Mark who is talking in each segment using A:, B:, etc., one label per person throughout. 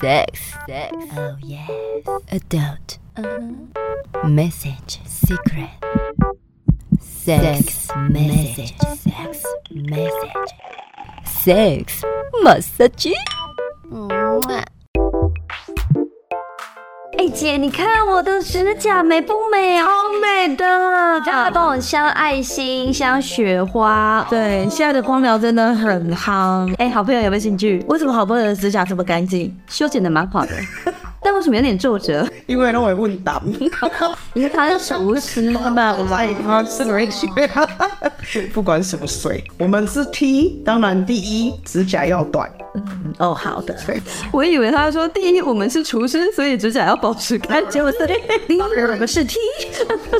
A: Sex, sex, oh yes. Adult, Uh-huh. message, secret. Sex, message, sex, message. Sex, massage.
B: 哎姐，你看我的指甲美不美？好美的，大家帮我镶爱心、镶雪花。
C: 对，现在的光疗真的很夯。哎，好朋友有没有兴趣？为什么好朋友的指甲这么干净？
B: 修剪的蛮 好的，但为什么有点皱褶？
C: 因为都会问答。
B: 你看他是厨师嘛，我
C: 爱他是美学，啊不管什么水，我们是 T，当然第一指甲要 短。嗯，哦，好的。
B: 我以为他说第一我们是厨师，所以指甲要保持干净。结果 是第一我们是 T。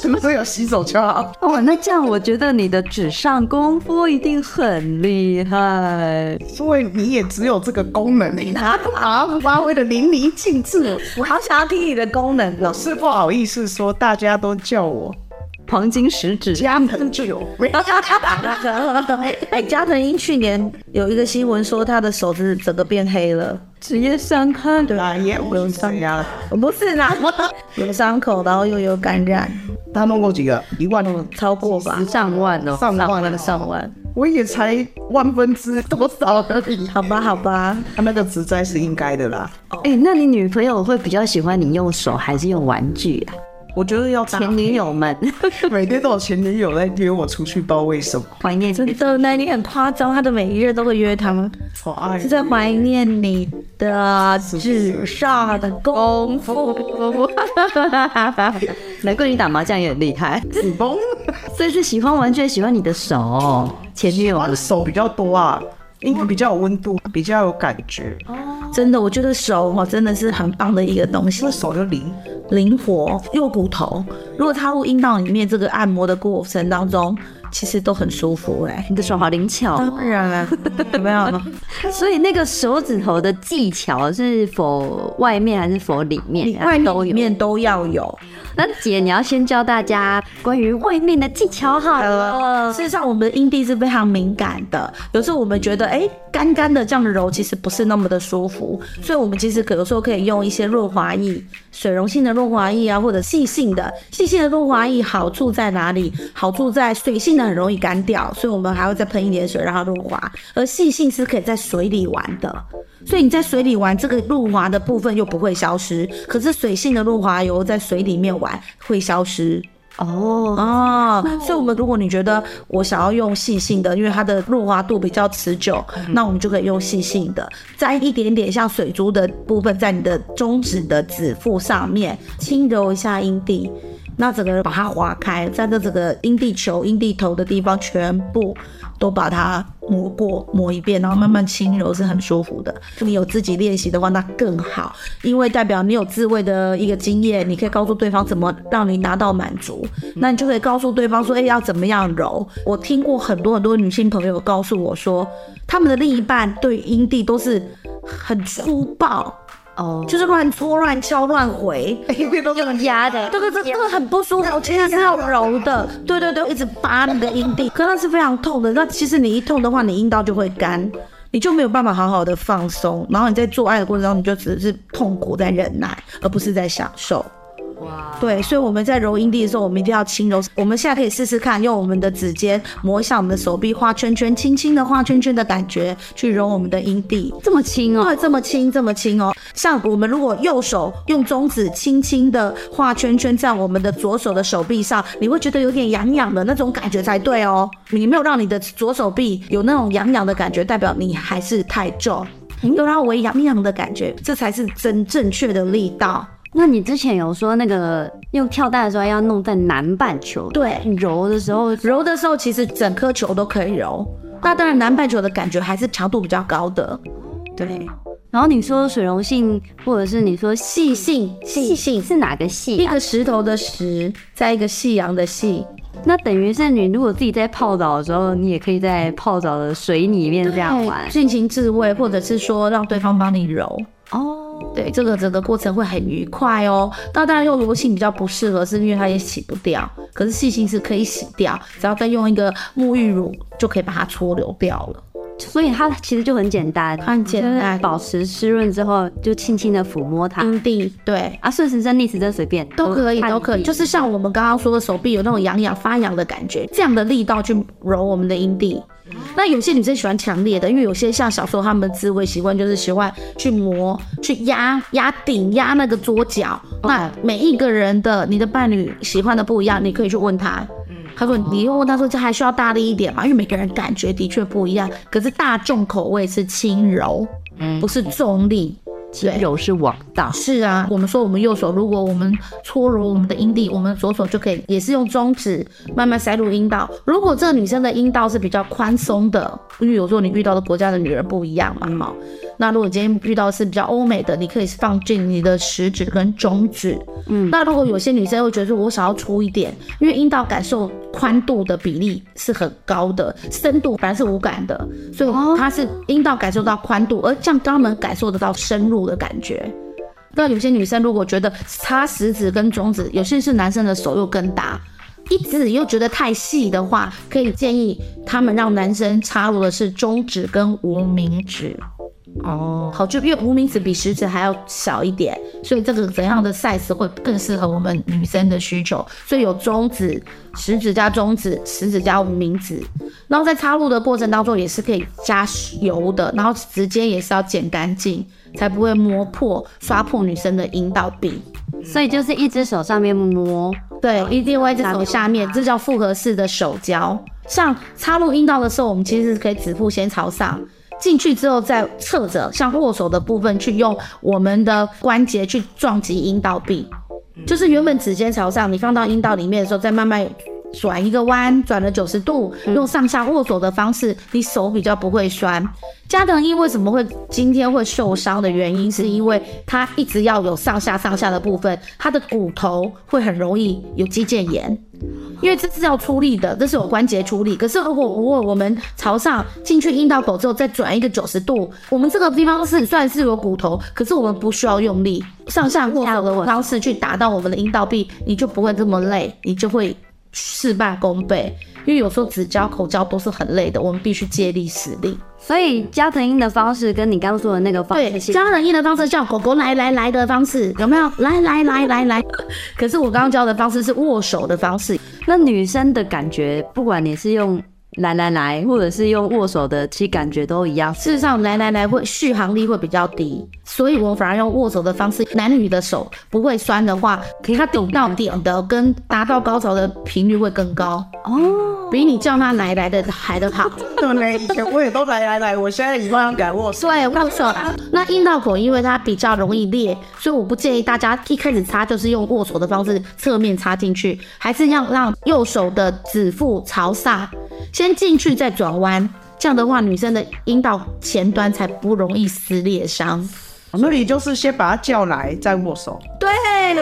C: 什么时候有洗手就好。
B: 哦，那这样我觉得你的纸上功夫一定很厉害。
C: 因为你也只有这个功能， 你拿把它发挥的淋漓尽致。我好想要听你的功能，老是不好意思说，大家都叫我
B: 黄金食指，
C: 加藤久。
D: 哎，加藤鹰去年有一个新闻说他的手指整个变黑了，
B: 职业伤害。对
C: 啊，也不用上牙了。
D: 不是啦，有伤口，然后又有感染，
C: 他弄过几个？一万多。
D: 超过吧，啊
B: 上万哦，
C: 上万
B: 了，上万。
C: 我也才万分之多少而已。
D: 好吧，好吧，
C: 他那个植栽是应该的啦。
B: 哎、那你女朋友会比较喜欢你用手还是用玩具啊？
C: 我觉得要前
B: 前女友们
C: 每天都有前女友在约我出去，不知道为什么。
B: 怀念真
D: 真的，那你很夸张，他的每一日都会约他们，
C: 好爱
D: 是在怀念你的纸上的 功夫。
B: 难怪你打麻将也很厉害，
C: 子宫，
B: 所以是喜欢玩具，喜欢你的手。前女友
C: 我的手比较多啊，因为比较有温度，比较有感觉，
D: 真的，我觉得手哦真的是很棒的一个东西
C: 这，手就灵。
D: 灵活又骨头。如果插入阴道里面这个按摩的过程当中，其实都很舒服哎、
B: 欸你的手好灵巧，
D: 当然
C: 嗯
D: 了， 有没有？
B: 所以那个手指头的技巧是否外面还是否里面？
D: 外面
B: 都
D: 里
B: 有。
D: 面都要有。
B: 那姐，你要先教大家关于外面的技巧好了。
D: 事实上，我们的阴蒂是非常敏感的。有时候我们觉得，哎、干干的这样揉，其实不是那么的舒服。所以，我们其实可有时候可以用一些润滑液，水溶性的润滑液啊，或者细性的。细性的润滑液好处在哪里？好处在水性的很容易干掉，所以我们还会再喷一点水让它润滑。而细性是可以在水里玩的，所以你在水里玩这个润滑的部分又不会消失。可是水性的润滑油在水里面玩会消失。
B: 哦，
D: 哦，所以我们如果你觉得我想要用细性的，因为它的润滑度比较持久，那我们就可以用细性的，沾一点点像水珠的部分在你的中指的指腹上面轻揉一下阴蒂。那整个把它划开，在这整个阴蒂球、阴蒂头的地方，全部都把它磨过、磨一遍，然后慢慢轻柔是很舒服的。你有自己练习的话，那更好，因为代表你有自慰的一个经验，你可以告诉对方怎么让你拿到满足，那你就可以告诉对方说，哎、要怎么样揉。我听过很多很多女性朋友告诉我说，他们的另一半对阴蒂都是很粗暴，
B: 哦，
D: 就是乱搓、乱敲、乱回。
C: 因为都
D: 用压的，这个这这个很不舒服，其实是要揉的，对对对，一直扒你的阴蒂，可那是非常痛的。那其实你一痛的话，你阴道就会干，你就没有办法好好的放松，然后你在做爱的过程中，你就只是痛苦在忍耐，而不是在享受。
B: 哇，
D: 对，所以我们在揉阴蒂的时候，我们一定要轻柔。我们现在可以试试看，用我们的指尖磨一下我们的手臂，画圈圈，轻轻的画圈圈的感觉去揉我们的阴蒂。
B: 这么轻哦，
D: 对，这么轻，这么轻哦。像我们如果右手用中指轻轻的画圈圈在我们的左手的手臂上，你会觉得有点痒痒的那种感觉才对哦。你没有让你的左手臂有那种痒痒的感觉，代表你还是太重。你有让它微痒痒的感觉，这才是真正确的力道。
B: 那你之前有说那个用跳蛋的时候要弄在南半球，
D: 对
B: 你揉的时候
D: 揉的时候，其实整颗球都可以揉。那当然，南半球的感觉还是强度比较高的。对，
B: 然后你说水溶性，或者是你说细性，
D: 细性
B: 是哪个细、
D: 一
B: 啊？
D: 个石头的石，再一个夕阳的夕，
B: 那等于是你如果自己在泡澡的时候，你也可以在泡澡的水里面这样玩
D: 对进行自慰，或者是说让对方帮你揉。
B: 哦。
D: 对，这个整个过程会很愉快哦。那当然用柔性比较不适合，是因为它也洗不掉。可是细性是可以洗掉，只要再用一个沐浴乳就可以把它搓流掉了。
B: 所以它其实就很简单，
D: 很简单
B: 就是保持湿润之后，就轻轻的抚摸它。
D: 阴蒂，对，
B: 啊，顺时针、逆时针随便
D: 都可以，
B: 看
D: 都可以，
B: 你
D: 就是像我们刚刚说的，手臂有那种痒痒发痒的感觉，这样的力道去揉我们的阴蒂。那有些女生喜欢强烈的，因为有些像小时候她们的自慰习惯就是喜欢去磨、去压、压顶、压那个桌角。那每一个人的你的伴侣喜欢的不一样，你可以去问他。
A: 嗯
D: 他说：“你又问他说这还需要大力一点嘛？因为每个人感觉的确不一样，可是大众口味是轻柔，不是重力。
A: 嗯轻柔是王道。
D: 是啊，我们说我们右手，如果我们搓揉我们的阴蒂，我们左手就可以，也是用中指慢慢塞入阴道。如果这个女生的阴道是比较宽松的，因为有时候你遇到的国家的女人不一样嘛，哈、那如果今天遇到的是比较欧美的，你可以放进你的食指跟中指。嗯，那如果有些女生会觉得说我想要粗一点，因为阴道感受宽度的比例是很高的，深度本来是无感的，所以它是阴道感受到宽度，而像肛门感受得到深入的感觉。那有些女生如果觉得插食指跟中指，有些是男生的手又更大，一指又觉得太细的话，可以建议他们让男生插入的是中指跟无名指。哦，好，就因为无名指比食指还要小一点，所以这个怎样的 size 会更适合我们女生的需求？所以有中指、食指加中指、食指加无名指，然后在插入的过程当中也是可以加油的，然后直接也是要剪干净，才不会磨破、刷破女生的阴道壁。
B: 所以就是一只手上面摸，
D: 对，一定会在手下面，这叫复合式的手交。像插入阴道的时候，我们其实是可以指腹先朝上，进去之后再侧着，像握手的部分去用我们的关节去撞击阴道壁。就是原本指尖朝上，你放到阴道里面的时候，再慢慢转一个弯，转了九十度，用上下握手的方式，你手比较不会酸。加藤鹰为什么会今天会受伤的原因，是因为它一直要有上下上下的部分，它的骨头会很容易有肌腱炎，因为这是要出力的，这是有关节出力。可是如果如果我们朝上进去阴道口之后，再转一个九十度，我们这个地方是虽然是有骨头，可是我们不需要用力，上下握手的方式去打到我们的阴道壁，你就不会这么累，你就会事半功倍。因为有时候指交、口交都是很累的，我们必须借力使力。
B: 所以加藤鹰的方式跟你刚刚说的那个方
D: 对，
B: 式是
D: 教人一的方式叫狗狗来来来的方式，有没有？来来来来来。可是我刚刚教的方式是握手的方式，
A: 那女生的感觉，不管你是用来来来，或者是用握手的，其实感觉都一样。
D: 事实上来来来会续航力会比较低，所以我反而用握手的方式，男女的手不会酸的话，它顶到点的跟达到高潮的频率会更高哦，比你叫他来来的还的好。
C: 对不对？以前我也都来来来，我现在一万样敢握手。
D: 对，握手。那阴道口因为它比较容易裂，所以我不建议大家一开始插就是用握手的方式侧面插进去，还是要让右手的指腹朝上，先进去再转弯。这样的话，女生的阴道前端才不容易撕裂伤。
C: 所以就是先把他叫来，再握手。
A: 哎，那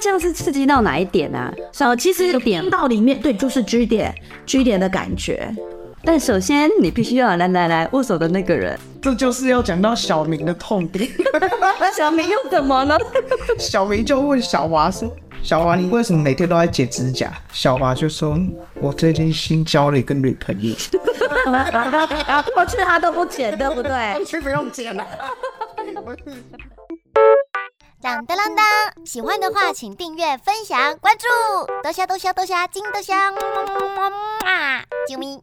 A: 这样是刺激到哪一点啊？
D: 手其实
A: 这个点
D: 阴道里面对，就是 G 点，G 点的感觉。
A: 但首先你必须要有来来来握手的那个 人，
C: 这就是要讲到小明的痛点。
A: 小明又怎么了？
C: 小明就问小华说：“小华，你为什么每天都在剪指甲？”小华就说：“我最近新交了一个女朋友。
D: 过去他都不剪，对不对？”
C: 去不用剪了。
E: 当当当当！喜欢的话，请订阅、分享、关注，多虾多虾多虾，金多虾，么么么么么啊！啾咪。